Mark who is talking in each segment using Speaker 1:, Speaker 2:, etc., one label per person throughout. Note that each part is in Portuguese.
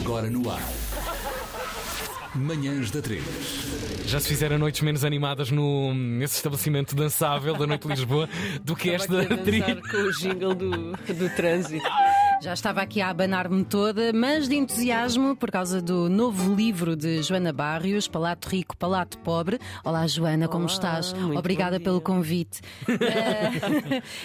Speaker 1: Agora no ar. Manhãs da 3.
Speaker 2: Já se fizeram noites menos animadas no, nesse estabelecimento dançável da Noite de Lisboa do que
Speaker 3: é
Speaker 4: Estava
Speaker 2: esta
Speaker 4: aqui a
Speaker 2: atriz.
Speaker 4: dançar com o jingle do, do trânsito. Já estava aqui a abanar-me toda, mas de entusiasmo por causa do novo livro de Joana Barrios, Palato Rico, Palato Pobre. Olá, Joana, como Olá, estás? muito Obrigada bom dia. pelo convite.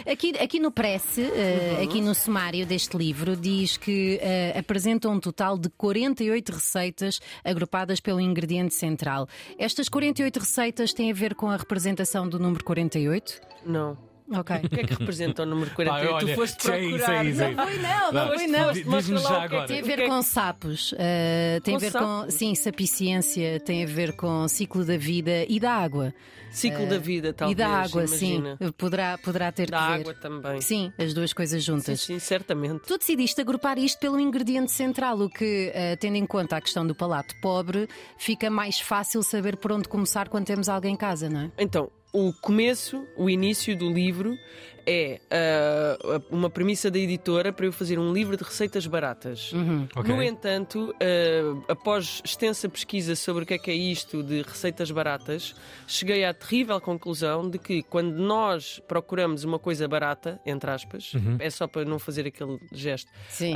Speaker 4: Eh, aqui, aqui no Press, eh, aqui no sumário deste livro, diz que eh, apresenta um total de 48 receitas agrupadas pelo ingrediente central. Estas 48 receitas têm a ver com a representação do número 48?
Speaker 3: Não.
Speaker 4: Ok.
Speaker 3: O que é que representa o número
Speaker 2: Pá,
Speaker 3: 48?
Speaker 2: olha,
Speaker 3: tu foste
Speaker 2: isso é isso,
Speaker 3: procurar.
Speaker 2: é isso, é isso.
Speaker 4: Não foi não,
Speaker 2: Vá.
Speaker 4: não foi não.
Speaker 2: Di-
Speaker 3: Mostra
Speaker 2: Diz-nos
Speaker 3: lá
Speaker 2: já
Speaker 3: o que é
Speaker 2: agora.
Speaker 3: que
Speaker 4: Tem a
Speaker 3: O que
Speaker 4: ver
Speaker 3: é
Speaker 4: com sapos, eh, tem a
Speaker 3: Com
Speaker 4: ver com,
Speaker 3: sapos?
Speaker 4: sim, sapiciência, tem a ver com ciclo da vida e da água.
Speaker 3: Ciclo da vida, talvez.
Speaker 4: e da água,
Speaker 3: imagina.
Speaker 4: sim, poderá, poderá ter
Speaker 3: Da
Speaker 4: que ver.
Speaker 3: água também.
Speaker 4: Sim, as duas coisas
Speaker 3: Sim,
Speaker 4: juntas.
Speaker 3: sim, certamente.
Speaker 4: Tu decidiste agrupar isto pelo ingrediente central, o que, eh, tendo em conta a questão do palato pobre, fica mais fácil saber por onde começar quando temos alguém em casa, não é?
Speaker 3: Então, o começo, o início do livro é ah, uma premissa da editora para eu fazer um livro de receitas baratas.
Speaker 2: Ok.
Speaker 3: No entanto, ah, após extensa pesquisa sobre o que é que é isto de receitas baratas, cheguei à terrível conclusão de que quando nós procuramos uma coisa barata, entre aspas, é só para não fazer aquele gesto, ah,
Speaker 4: Sim.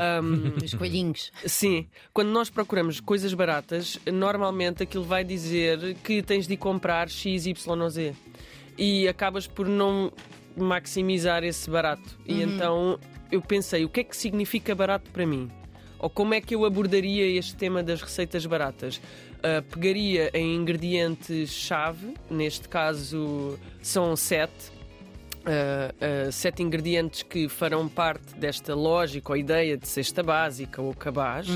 Speaker 4: Os coelhinhos.
Speaker 3: Sim, quando nós procuramos coisas baratas, normalmente aquilo vai dizer que tens de ir comprar X, Y ou Z e acabas por não maximizar esse barato. E então eu pensei, o que é que significa barato para mim? Ou como é que eu abordaria este tema das receitas baratas? Ah, pegaria em ingredientes-chave, neste caso são sete, uh, uh, sete ingredientes que farão parte desta lógica ou ideia de cesta básica ou cabaz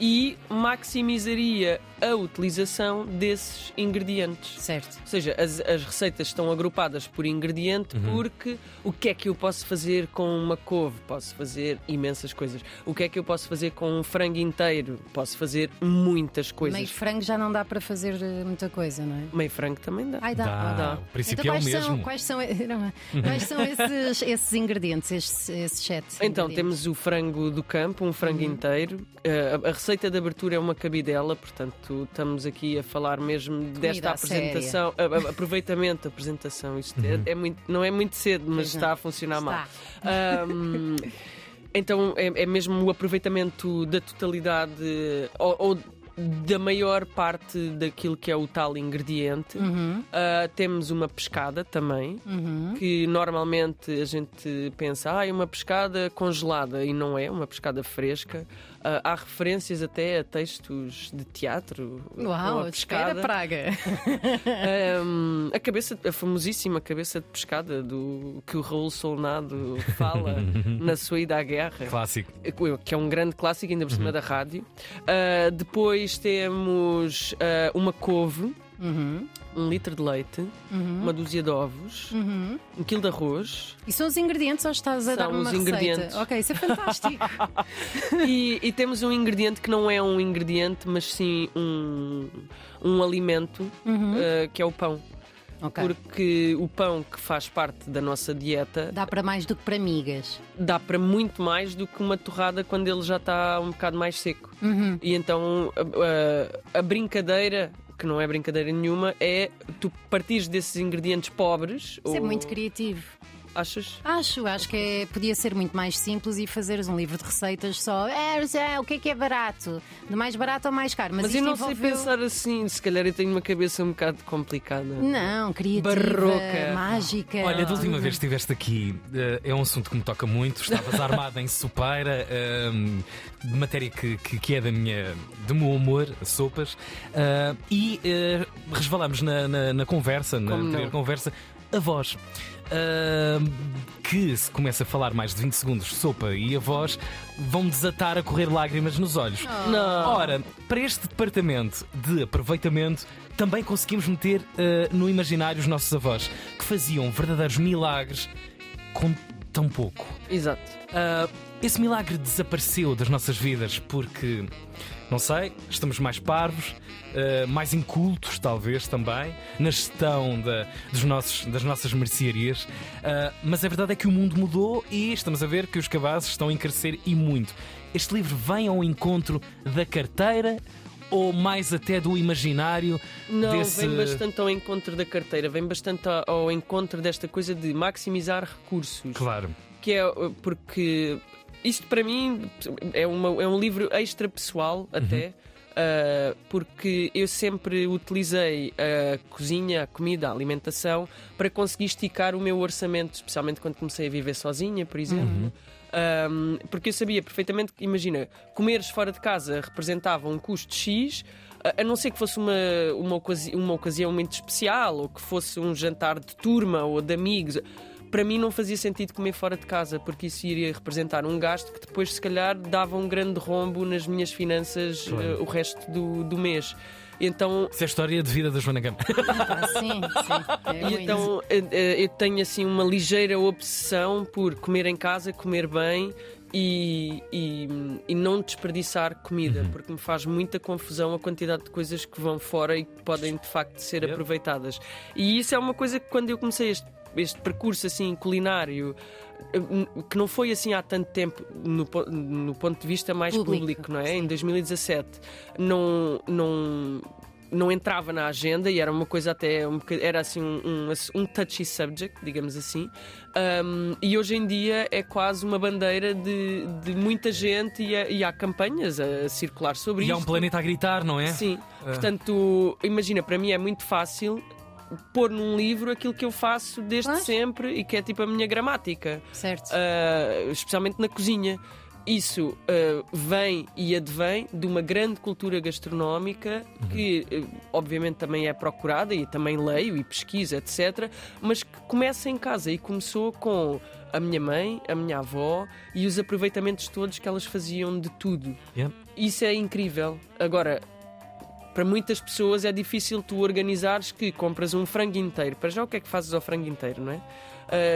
Speaker 3: e maximizaria a utilização desses ingredientes.
Speaker 4: Certo.
Speaker 3: Ou seja, as, as receitas estão agrupadas por ingrediente porque o que é que eu posso fazer com uma couve? Posso fazer imensas coisas. O que é que eu posso fazer com um frango inteiro? Posso fazer muitas coisas.
Speaker 4: Meio frango já não dá para fazer eh, muita coisa, não é?
Speaker 3: Meio frango também dá.
Speaker 4: Ai, dá.
Speaker 2: Dá.
Speaker 4: dá. Então
Speaker 2: O princípio é o
Speaker 4: quais São,
Speaker 2: mesmo.
Speaker 4: quais são, não, é? quais são esses, esses ingredientes, esses, esses sete?
Speaker 3: Então,
Speaker 4: ingredientes?
Speaker 3: temos o frango do campo, um frango
Speaker 4: Uhum.
Speaker 3: inteiro. Uh, a, a receita de abertura é uma cabidela, portanto, estamos aqui a falar mesmo desta
Speaker 4: à séria.
Speaker 3: apresentação, a- a- aproveitamento da apresentação. Isto é- é, muito, não é muito cedo, mas
Speaker 4: Pois não.
Speaker 3: está a funcionar mal.
Speaker 4: Está.
Speaker 3: Ahm, então, é, é mesmo o aproveitamento da totalidade ou, ou da maior parte daquilo que é o tal ingrediente.
Speaker 4: Uhum.
Speaker 3: Ah, temos uma pescada também, que normalmente a gente pensa, ah, é uma pescada congelada, e não é, uma pescada fresca. Ah, há referências até a textos de teatro. com
Speaker 4: Uau,
Speaker 3: a
Speaker 4: espera
Speaker 3: pescada.
Speaker 4: praga.
Speaker 3: Ahm, a cabeça, a famosíssima cabeça de pescada do que o Raul Solnado fala na sua ida à guerra
Speaker 2: Clássico.
Speaker 3: que é um grande clássico, ainda por cima da rádio. Ah, depois temos ah, uma couve, um litro de leite, uma dúzia de ovos, um quilo de arroz
Speaker 4: E são os ingredientes ou estás
Speaker 3: São
Speaker 4: a dar-me
Speaker 3: os
Speaker 4: uma
Speaker 3: ingredientes.
Speaker 4: receita? Ok, isso é fantástico.
Speaker 3: e, e temos um ingrediente que não é um ingrediente, mas sim um, um alimento, ah, que é o pão.
Speaker 4: Ok.
Speaker 3: Porque o pão que faz parte da nossa dieta
Speaker 4: Dá para mais do que para migas.
Speaker 3: dá para muito mais do que uma torrada quando ele já está um bocado mais seco.
Speaker 4: Uhum.
Speaker 3: E então a, a- a brincadeira, que não é brincadeira nenhuma, é tu partires desses ingredientes pobres.
Speaker 4: Isso é
Speaker 3: ou-
Speaker 4: muito criativo.
Speaker 3: Achas?
Speaker 4: Acho, acho que é- podia ser muito mais simples e fazeres um livro de receitas só. É, é, o que é que é barato? De mais barato ou mais caro? Mas,
Speaker 3: Mas
Speaker 4: isto
Speaker 3: eu não sei
Speaker 4: envolveu-
Speaker 3: pensar assim, se calhar eu tenho uma cabeça um bocado complicada.
Speaker 4: Não, criativa,
Speaker 3: Barroca.
Speaker 4: mágica.
Speaker 2: Olha, da última vez que estiveste aqui, eh, é um assunto que me toca muito. Estavas armada em sopeira, ehm, de matéria que, que, que é da minha, do meu humor, sopas, ah, e eh, resvalamos na, na- na conversa, na
Speaker 3: Como
Speaker 2: anterior
Speaker 3: não?
Speaker 2: conversa, a voz. Ah, que se começa a falar mais de 20 segundos, sopa e a voz vão desatar a correr lágrimas nos olhos.
Speaker 3: Não.
Speaker 2: Ora, para este departamento de aproveitamento, também conseguimos meter eh, no imaginário os nossos avós, que faziam verdadeiros milagres com tão pouco.
Speaker 3: Exato.
Speaker 2: Ah, esse milagre desapareceu das nossas vidas porque, não sei, estamos mais parvos, ah, mais incultos, talvez também, na gestão da- dos nossos, das nossas mercearias. Ah, mas a verdade é que o mundo mudou e estamos a ver que os cabazes estão a encarecer e muito. Este livro vem ao encontro da carteira ou mais até do imaginário
Speaker 3: Não,
Speaker 2: desse.
Speaker 3: vem bastante ao encontro da carteira, vem bastante ao- ao encontro desta coisa de maximizar recursos.
Speaker 2: Claro.
Speaker 3: que é uh, porque isto para mim é, uma- é um livro extra pessoal até uh, porque eu sempre utilizei a cozinha, a comida, a alimentação para conseguir esticar o meu orçamento, especialmente quando comecei a viver sozinha, por exemplo. Um, porque eu sabia perfeitamente que, imagina, comeres fora de casa representava um custo X, a, a não ser que fosse uma, uma, ocasi- uma ocasião muito especial ou que fosse um jantar de turma ou de amigos. Para mim não fazia sentido comer fora de casa, porque isso iria representar um gasto que depois, se calhar, dava um grande rombo nas minhas finanças
Speaker 2: Claro.
Speaker 3: eh, o resto do, do mês. Então
Speaker 2: Isso é a história de vida da Joana Gama.
Speaker 4: Ah, sim, sim. É
Speaker 3: e
Speaker 4: muito.
Speaker 3: então eh, eh, eu tenho assim uma ligeira obsessão por comer em casa, comer bem e, e, e não desperdiçar comida, porque me faz muita confusão a quantidade de coisas que vão fora e que podem de facto ser
Speaker 2: Yep.
Speaker 3: aproveitadas. E isso é uma coisa que quando eu comecei este, este percurso assim culinário. eh, n- Que não foi assim há tanto tempo, no, po- no ponto de vista mais
Speaker 4: Público,
Speaker 3: público, não é?
Speaker 4: sim.
Speaker 3: Em 2017, não, não, não entrava na agenda e era uma coisa até um boca- era assim um, um, um touchy subject, digamos assim. Um, e hoje em dia é quase uma bandeira de, de muita gente e, há- e há campanhas a circular sobre
Speaker 2: E há
Speaker 3: isso.
Speaker 2: um planeta a gritar, não é?
Speaker 3: Sim. Portanto, imagina, para mim é muito fácil pôr num livro aquilo que eu faço desde
Speaker 4: Claro.
Speaker 3: sempre e que é tipo a minha gramática.
Speaker 4: Certo.
Speaker 3: Uh, especialmente na cozinha. Isso uh, vem e advém de uma grande cultura gastronómica que, uh, obviamente, também é procurada e também leio e pesquiso, etc. Mas que começa em casa e começou com a minha mãe, a minha avó e os aproveitamentos todos que elas faziam de tudo.
Speaker 2: Yeah.
Speaker 3: Isso é incrível. Agora, para muitas pessoas é difícil tu organizares que compras um frango inteiro. Para já, o que é que fazes ao frango inteiro, não é?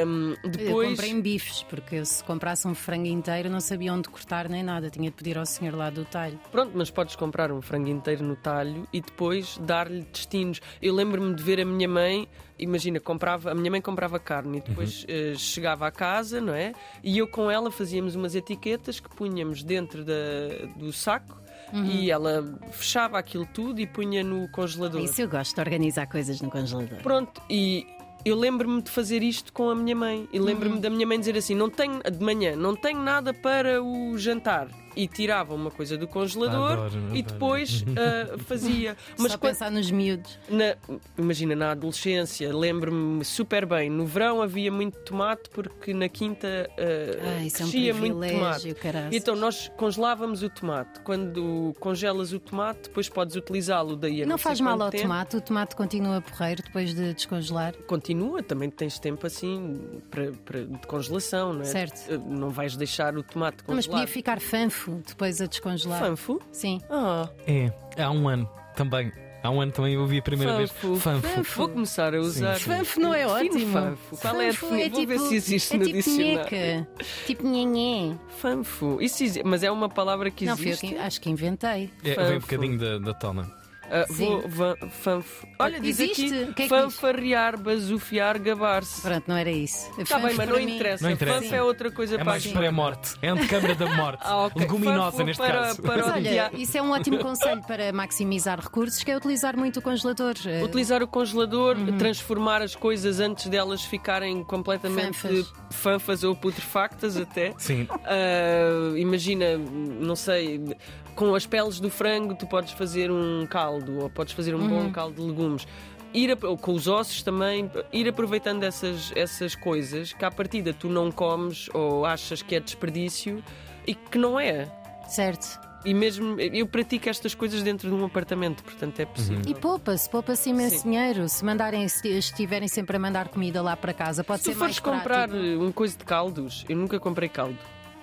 Speaker 3: Um,
Speaker 4: Eu
Speaker 3: depois.
Speaker 4: comprei em bifes, porque se comprasse um frango inteiro não sabia onde cortar nem nada, tinha de pedir ao senhor lá do talho.
Speaker 3: Pronto, mas podes comprar um frango inteiro no talho e depois dar-lhe destinos. Eu lembro-me de ver a minha mãe, imagina, comprava, a minha mãe comprava carne e depois eh, chegava à casa, não é? E eu com ela fazíamos umas etiquetas que punhamos dentro da- do saco e ela fechava aquilo tudo e punha no congelador.
Speaker 4: Ah, Isso é eu gosto de organizar coisas no congelador.
Speaker 3: Pronto, e eu lembro-me de fazer isto com a minha mãe. E lembro-me
Speaker 4: Uhum.
Speaker 3: da minha mãe dizer assim: não tenho, de manhã, não tenho nada para o jantar. E tirava uma coisa do congelador
Speaker 2: Adoro, adoro.
Speaker 3: e depois ah, fazia. Mas
Speaker 4: Só
Speaker 3: quando-
Speaker 4: pensar nos miúdos.
Speaker 3: na- imagina, na adolescência, lembro-me super bem. No verão havia muito tomate porque na quinta ah,
Speaker 4: Ah, isso é um
Speaker 3: crescia muito tomate.
Speaker 4: privilégio, caralho.
Speaker 3: Então nós congelávamos o tomate. Quando congelas o tomate, depois podes utilizá-lo daí a
Speaker 4: Não
Speaker 3: sei
Speaker 4: faz mal
Speaker 3: quanto
Speaker 4: ao
Speaker 3: tempo.
Speaker 4: tomate, o tomate continua porreiro depois de descongelar.
Speaker 3: continua, também tens tempo assim para, para- de congelação, não é?
Speaker 4: Certo.
Speaker 3: Eh, Não vais deixar o tomate
Speaker 4: Não, mas podia
Speaker 3: congelado.
Speaker 4: ficar fanfo depois a descongelar.
Speaker 3: Fanfo?
Speaker 4: Sim.
Speaker 3: Ah,
Speaker 2: É. Há um ano também. Há um ano também eu ouvi a primeira
Speaker 3: fanfo.
Speaker 2: vez. Fanfo.
Speaker 3: Vou começar a usar.
Speaker 4: Fanfo não é
Speaker 3: Define
Speaker 4: ótimo.
Speaker 3: fanfo. Qual é a
Speaker 4: Fanfo
Speaker 3: definição? Vou ver se existe
Speaker 4: é
Speaker 3: no
Speaker 4: tipo
Speaker 3: dicionário.
Speaker 4: nheca. Tipo nhenhé.
Speaker 3: Fanfo. Isso exi- Mas é uma palavra que
Speaker 4: Não, fui eu
Speaker 3: existe. Ah,
Speaker 4: que, acho que inventei.
Speaker 2: É, vem um
Speaker 3: Fanfo.
Speaker 2: bocadinho da, da tona.
Speaker 3: Ah,
Speaker 4: Sim.
Speaker 3: vou, van- fanfo. Olha, diz
Speaker 4: Existe? O
Speaker 3: aqui
Speaker 4: que é que diz?
Speaker 3: fanfarrear, bazufiar, gabar-se.
Speaker 4: Pronto, não era isso.
Speaker 3: Está Tá bem, mas não interessa.
Speaker 2: Não interessa.
Speaker 3: Fanfo é outra coisa
Speaker 2: É
Speaker 3: para
Speaker 2: mais
Speaker 3: aqui.
Speaker 2: pré-morte. É antecâmara da morte.
Speaker 3: Ah, ok.
Speaker 2: Leguminosa
Speaker 3: Fanfo
Speaker 2: neste
Speaker 3: para-
Speaker 2: caso.
Speaker 3: para-
Speaker 4: Mas olha,
Speaker 3: odiar.
Speaker 4: isso é um ótimo conselho para maximizar recursos, que é utilizar muito o congelador. Eh,
Speaker 3: Utilizar o congelador, transformar as coisas antes delas ficarem completamente
Speaker 4: Fanfas.
Speaker 3: fanfas, ou putrefactas até.
Speaker 2: Sim.
Speaker 3: Ah, imagina, não sei, com as peles do frango tu podes fazer um caldo ou podes fazer um bom caldo de legumes. Ir a- ou com os ossos também, ir aproveitando essas, essas coisas que à partida tu não comes ou achas que é desperdício e que não é.
Speaker 4: Certo.
Speaker 3: E mesmo eu pratico estas coisas dentro de um apartamento, portanto é possível.
Speaker 4: E poupa-se, poupa-se imenso
Speaker 3: Sim.
Speaker 4: dinheiro. Se mandarem, se estiverem sempre a mandar comida lá para casa, pode
Speaker 3: Se tu
Speaker 4: ser mais
Speaker 3: fores comprar
Speaker 4: prático.
Speaker 3: uh, um coisa de caldos, eu nunca comprei caldo.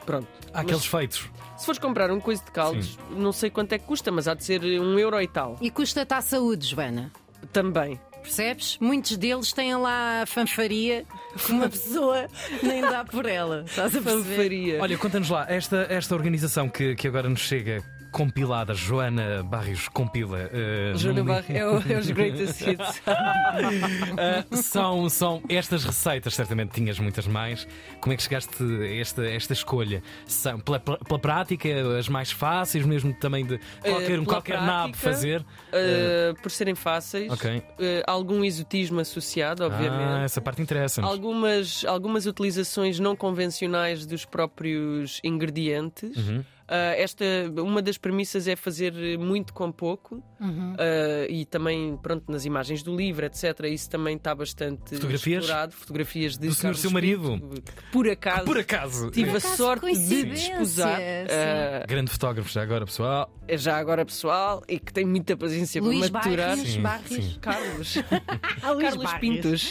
Speaker 3: Pronto.
Speaker 2: Há aqueles feitos.
Speaker 3: Mas se fores comprar um coisa de caldos, não sei quanto é que custa, mas há de ser um euro e tal.
Speaker 4: E custa-te à saúde, Joana.
Speaker 3: Também.
Speaker 4: Percebes? Muitos deles têm lá a fanfaria que uma pessoa nem dá por ela. Estás a perceber?
Speaker 3: Fanfaria.
Speaker 2: Olha, conta-nos lá, esta, esta organização que, que agora nos chega, compilada. Joana Barrios compila. eh,
Speaker 3: Júlio
Speaker 2: num-
Speaker 3: Barro, é, o- é os greatest hits.
Speaker 2: Ah, são, são estas receitas, certamente tinhas muitas mais. Como é que chegaste a esta, esta escolha? São, pela, pela- pela prática, as mais fáceis, mesmo também de qualquer, um
Speaker 3: Eh, pela
Speaker 2: qualquer nabo
Speaker 3: prática,
Speaker 2: fazer.
Speaker 3: Eh, por serem fáceis,
Speaker 2: Ok.
Speaker 3: eh, algum exotismo associado,
Speaker 2: Ah,
Speaker 3: obviamente.
Speaker 2: essa parte interessa-nos.
Speaker 3: Algumas, algumas utilizações não convencionais dos próprios ingredientes.
Speaker 2: Uhum.
Speaker 3: Ah, esta, uma das premissas é fazer muito com pouco
Speaker 4: Uhum.
Speaker 3: Ah, e também, pronto, nas imagens do livro, etc. Isso também está bastante
Speaker 2: Fotografias?
Speaker 3: explorado. Fotografias de
Speaker 2: Do senhor
Speaker 3: Carlos
Speaker 2: seu marido?
Speaker 3: Pinto, que por acaso,
Speaker 2: Por acaso. eh,
Speaker 3: tive
Speaker 4: Por
Speaker 3: a
Speaker 4: acaso,
Speaker 3: sorte de
Speaker 4: coincidência,
Speaker 3: desposar.
Speaker 4: sim.
Speaker 2: Grande fotógrafo já agora, pessoal.
Speaker 3: ah, já agora, pessoal, e que tem muita paciência
Speaker 4: Luís
Speaker 3: para maturar.
Speaker 4: Barrios,
Speaker 2: Sim,
Speaker 4: Barrios.
Speaker 2: sim.
Speaker 3: Carlos,
Speaker 4: Ah, Luís
Speaker 3: Carlos
Speaker 4: Barrios.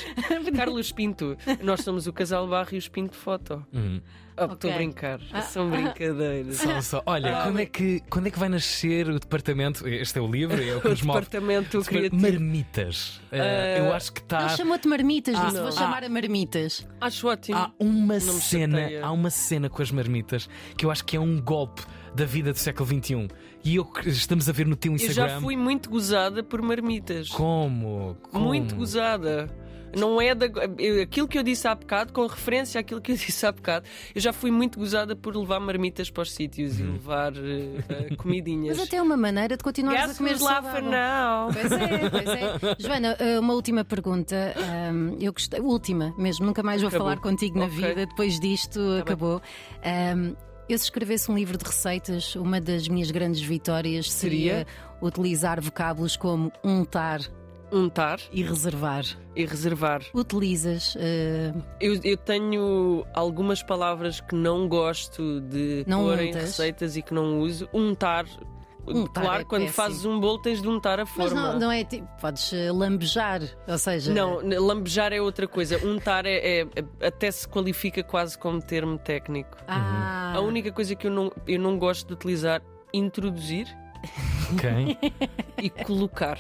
Speaker 3: Pintos. Carlos Pinto. Nós somos o casal Barrios Pinto Foto.
Speaker 2: Uhum.
Speaker 3: Oh, Estou a
Speaker 4: Ok. Ah.
Speaker 3: brincar, são brincadeiras.
Speaker 2: São só- Olha, quando é, que, quando é que vai nascer o departamento? Este é o livro, é o que
Speaker 3: O
Speaker 2: nos move.
Speaker 3: departamento criativo. Eh,
Speaker 2: Marmitas. Ah, eu acho que
Speaker 4: Ele
Speaker 2: está.
Speaker 4: chamou-te marmitas,
Speaker 2: Ah,
Speaker 4: disse,
Speaker 2: não.
Speaker 4: vou chamar a marmitas.
Speaker 3: Acho ótimo.
Speaker 2: Há uma
Speaker 3: me
Speaker 2: cena,
Speaker 3: chateia.
Speaker 2: há uma cena com as marmitas que eu acho que é um golpe da vida do século XXI. E eu estamos a ver no teu
Speaker 3: eu
Speaker 2: Instagram
Speaker 3: já fui muito gozada por marmitas.
Speaker 2: como, como-
Speaker 3: Muito gozada. Não é da. eu- Aquilo que eu disse há bocado, com referência àquilo que eu disse há bocado, eu já fui muito gozada por levar marmitas para os sítios
Speaker 2: Uhum.
Speaker 3: e levar eh, eh, comidinhas.
Speaker 4: Mas até é uma maneira de continuares a
Speaker 3: Yes,
Speaker 4: comer
Speaker 3: mas lá for
Speaker 4: saudável.
Speaker 3: now.
Speaker 4: Pois é, pois é. Joana, eh, uma última pergunta. Ahm, Eu gostei, última mesmo, nunca mais vou
Speaker 3: Acabou.
Speaker 4: falar contigo na
Speaker 3: Ok. Tá
Speaker 4: vida, depois disto acabou. Ahm, Eu, se escrevesse um livro de receitas, uma das minhas grandes vitórias
Speaker 3: Seria?
Speaker 4: seria, utilizar vocábulos como untar
Speaker 3: Untar
Speaker 4: e reservar.
Speaker 3: e reservar.
Speaker 4: Utilizas. eh,
Speaker 3: Eu, eu tenho algumas palavras que não gosto de
Speaker 4: Não
Speaker 3: pôr em
Speaker 4: untas?
Speaker 3: receitas e que não uso. Untar.
Speaker 4: Untar
Speaker 3: claro,
Speaker 4: é
Speaker 3: quando
Speaker 4: péssimo.
Speaker 3: fazes um bolo tens de untar a
Speaker 4: mas
Speaker 3: forma.
Speaker 4: não, não é tipo. Podes eh, lambejar, ou seja.
Speaker 3: Não, n- lambejar é outra coisa. Untar é, é- é- até se qualifica quase como termo técnico.
Speaker 4: Ah,
Speaker 3: Uhum. A única coisa que eu não, eu não gosto de utilizar introduzir
Speaker 2: Ok.
Speaker 3: e colocar.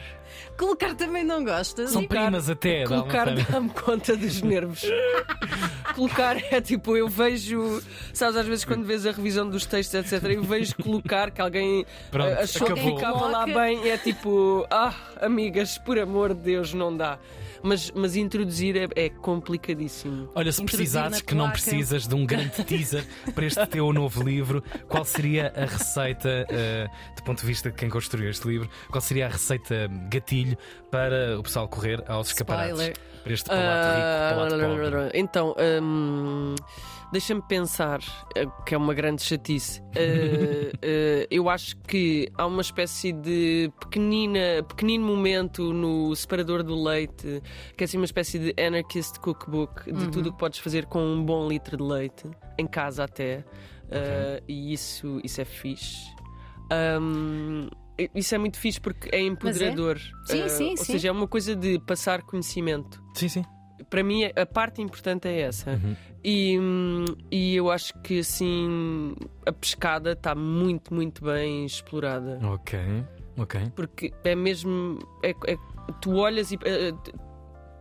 Speaker 4: Colocar também não gostas.
Speaker 2: São
Speaker 4: E-
Speaker 2: primas até. É, dá uma
Speaker 3: colocar
Speaker 2: pena.
Speaker 3: dá-me conta dos nervos. colocar é tipo, eu vejo, sabes, às vezes quando vês a revisão dos textos, etc., eu vejo colocar que alguém
Speaker 2: Pronto,
Speaker 3: eh, achou que
Speaker 2: acabou.
Speaker 3: ficava lá
Speaker 4: Coloca.
Speaker 3: bem e é tipo, ah, amigas, por amor de Deus, não dá. Mas, mas introduzir é- é complicadíssimo.
Speaker 2: Olha, se
Speaker 4: Introduzir
Speaker 2: precisares,
Speaker 4: na
Speaker 2: que não
Speaker 4: placa.
Speaker 2: precisas de um grande teaser para este teu novo livro, qual seria a receita, eh, do ponto de vista de quem construiu este livro, qual seria a receita gatilho para o pessoal correr aos escaparates?
Speaker 4: Spoiler.
Speaker 2: Para este palato rico, palato pobre.
Speaker 3: Ah, Então, hum, deixa-me pensar, eh, que é uma grande chatice. Eh, eh, eu acho que há uma espécie de pequenina, pequenino momento no separador do leite, que é assim uma espécie de anarchist cookbook de tudo o que podes fazer com um bom litro de leite, em casa até. Eh, e isso, isso é fixe. Hum, isso é muito fixe porque é empoderador.
Speaker 4: Sim,
Speaker 3: Eh,
Speaker 4: sim,
Speaker 3: ou
Speaker 4: sim.
Speaker 3: seja, é uma coisa de passar conhecimento
Speaker 2: Sim, sim.
Speaker 3: para mim a parte importante é essa.
Speaker 2: Uhum.
Speaker 3: E, hum, e eu acho que assim a pescada está muito, muito bem explorada.
Speaker 2: Ok, ok.
Speaker 3: Porque é mesmo. é- é- tu olhas e. eh, eh,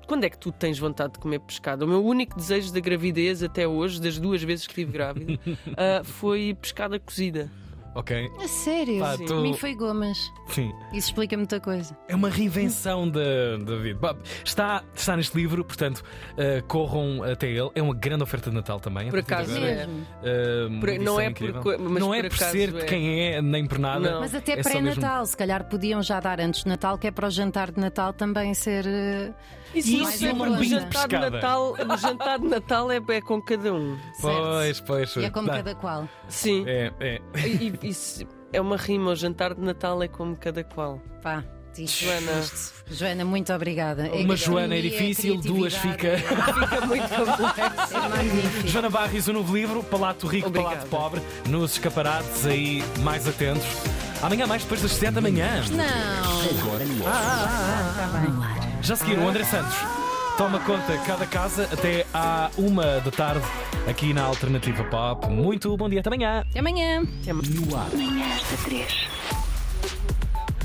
Speaker 3: quando é que tu tens vontade de comer pescada? O meu único desejo da gravidez até hoje, das duas vezes que estive grávida, ah, foi pescada cozida.
Speaker 2: Ok,
Speaker 4: A sério?
Speaker 2: Pá,
Speaker 4: Sim.
Speaker 2: tu-
Speaker 4: A mim foi gomas.
Speaker 2: sim.
Speaker 4: Isso explica muita coisa.
Speaker 2: É uma reinvenção da, da vida. Bom, está, está neste livro, portanto, eh, corram até ele. É uma grande oferta de Natal também. a
Speaker 3: Por
Speaker 2: partir de
Speaker 3: acaso
Speaker 2: agora.
Speaker 3: é.
Speaker 4: Mesmo.
Speaker 2: Eh, uma
Speaker 3: Por- não
Speaker 2: edição
Speaker 3: é por
Speaker 2: incrível.
Speaker 3: co- mas
Speaker 2: não é
Speaker 3: por
Speaker 2: por
Speaker 3: acaso
Speaker 2: ser de
Speaker 3: é.
Speaker 2: quem é, nem por nada.
Speaker 3: Não.
Speaker 4: Mas até
Speaker 2: É só
Speaker 4: pré-Natal, se calhar podiam já dar antes de Natal, que é para o jantar de Natal também ser. eh,
Speaker 2: Isso
Speaker 4: mais
Speaker 2: é
Speaker 4: uma
Speaker 2: um
Speaker 3: o
Speaker 2: lambinho
Speaker 4: coisa.
Speaker 2: de
Speaker 3: jantar de
Speaker 2: pescada.
Speaker 3: Natal, o jantar de Natal é, é com cada um.
Speaker 2: Pois, pois.
Speaker 4: E é como
Speaker 2: Tá.
Speaker 4: cada qual.
Speaker 3: Sim.
Speaker 2: É, é.
Speaker 3: E- e- isso é uma rima, o jantar de Natal é como cada qual.
Speaker 4: Pá, diz
Speaker 3: Joana.
Speaker 4: isto. Joana, muito obrigada. É
Speaker 2: Uma
Speaker 4: que
Speaker 2: Joana é
Speaker 4: a
Speaker 2: difícil, duas fica.
Speaker 4: criatividade É magnífico.
Speaker 2: Joana Barris, o novo livro, Palato Rico, Palato
Speaker 3: Obrigada.
Speaker 2: Pobre, nos escaparates aí mais atentos. Amanhã, mais depois das 7 da manhã.
Speaker 4: Não,
Speaker 2: Já a seguir, o André Santos toma conta cada casa até à uma da tarde aqui na Alternativa Pop. Muito bom dia, até amanhã.
Speaker 4: até amanhã.
Speaker 1: No ar.
Speaker 5: Manhãs da 3.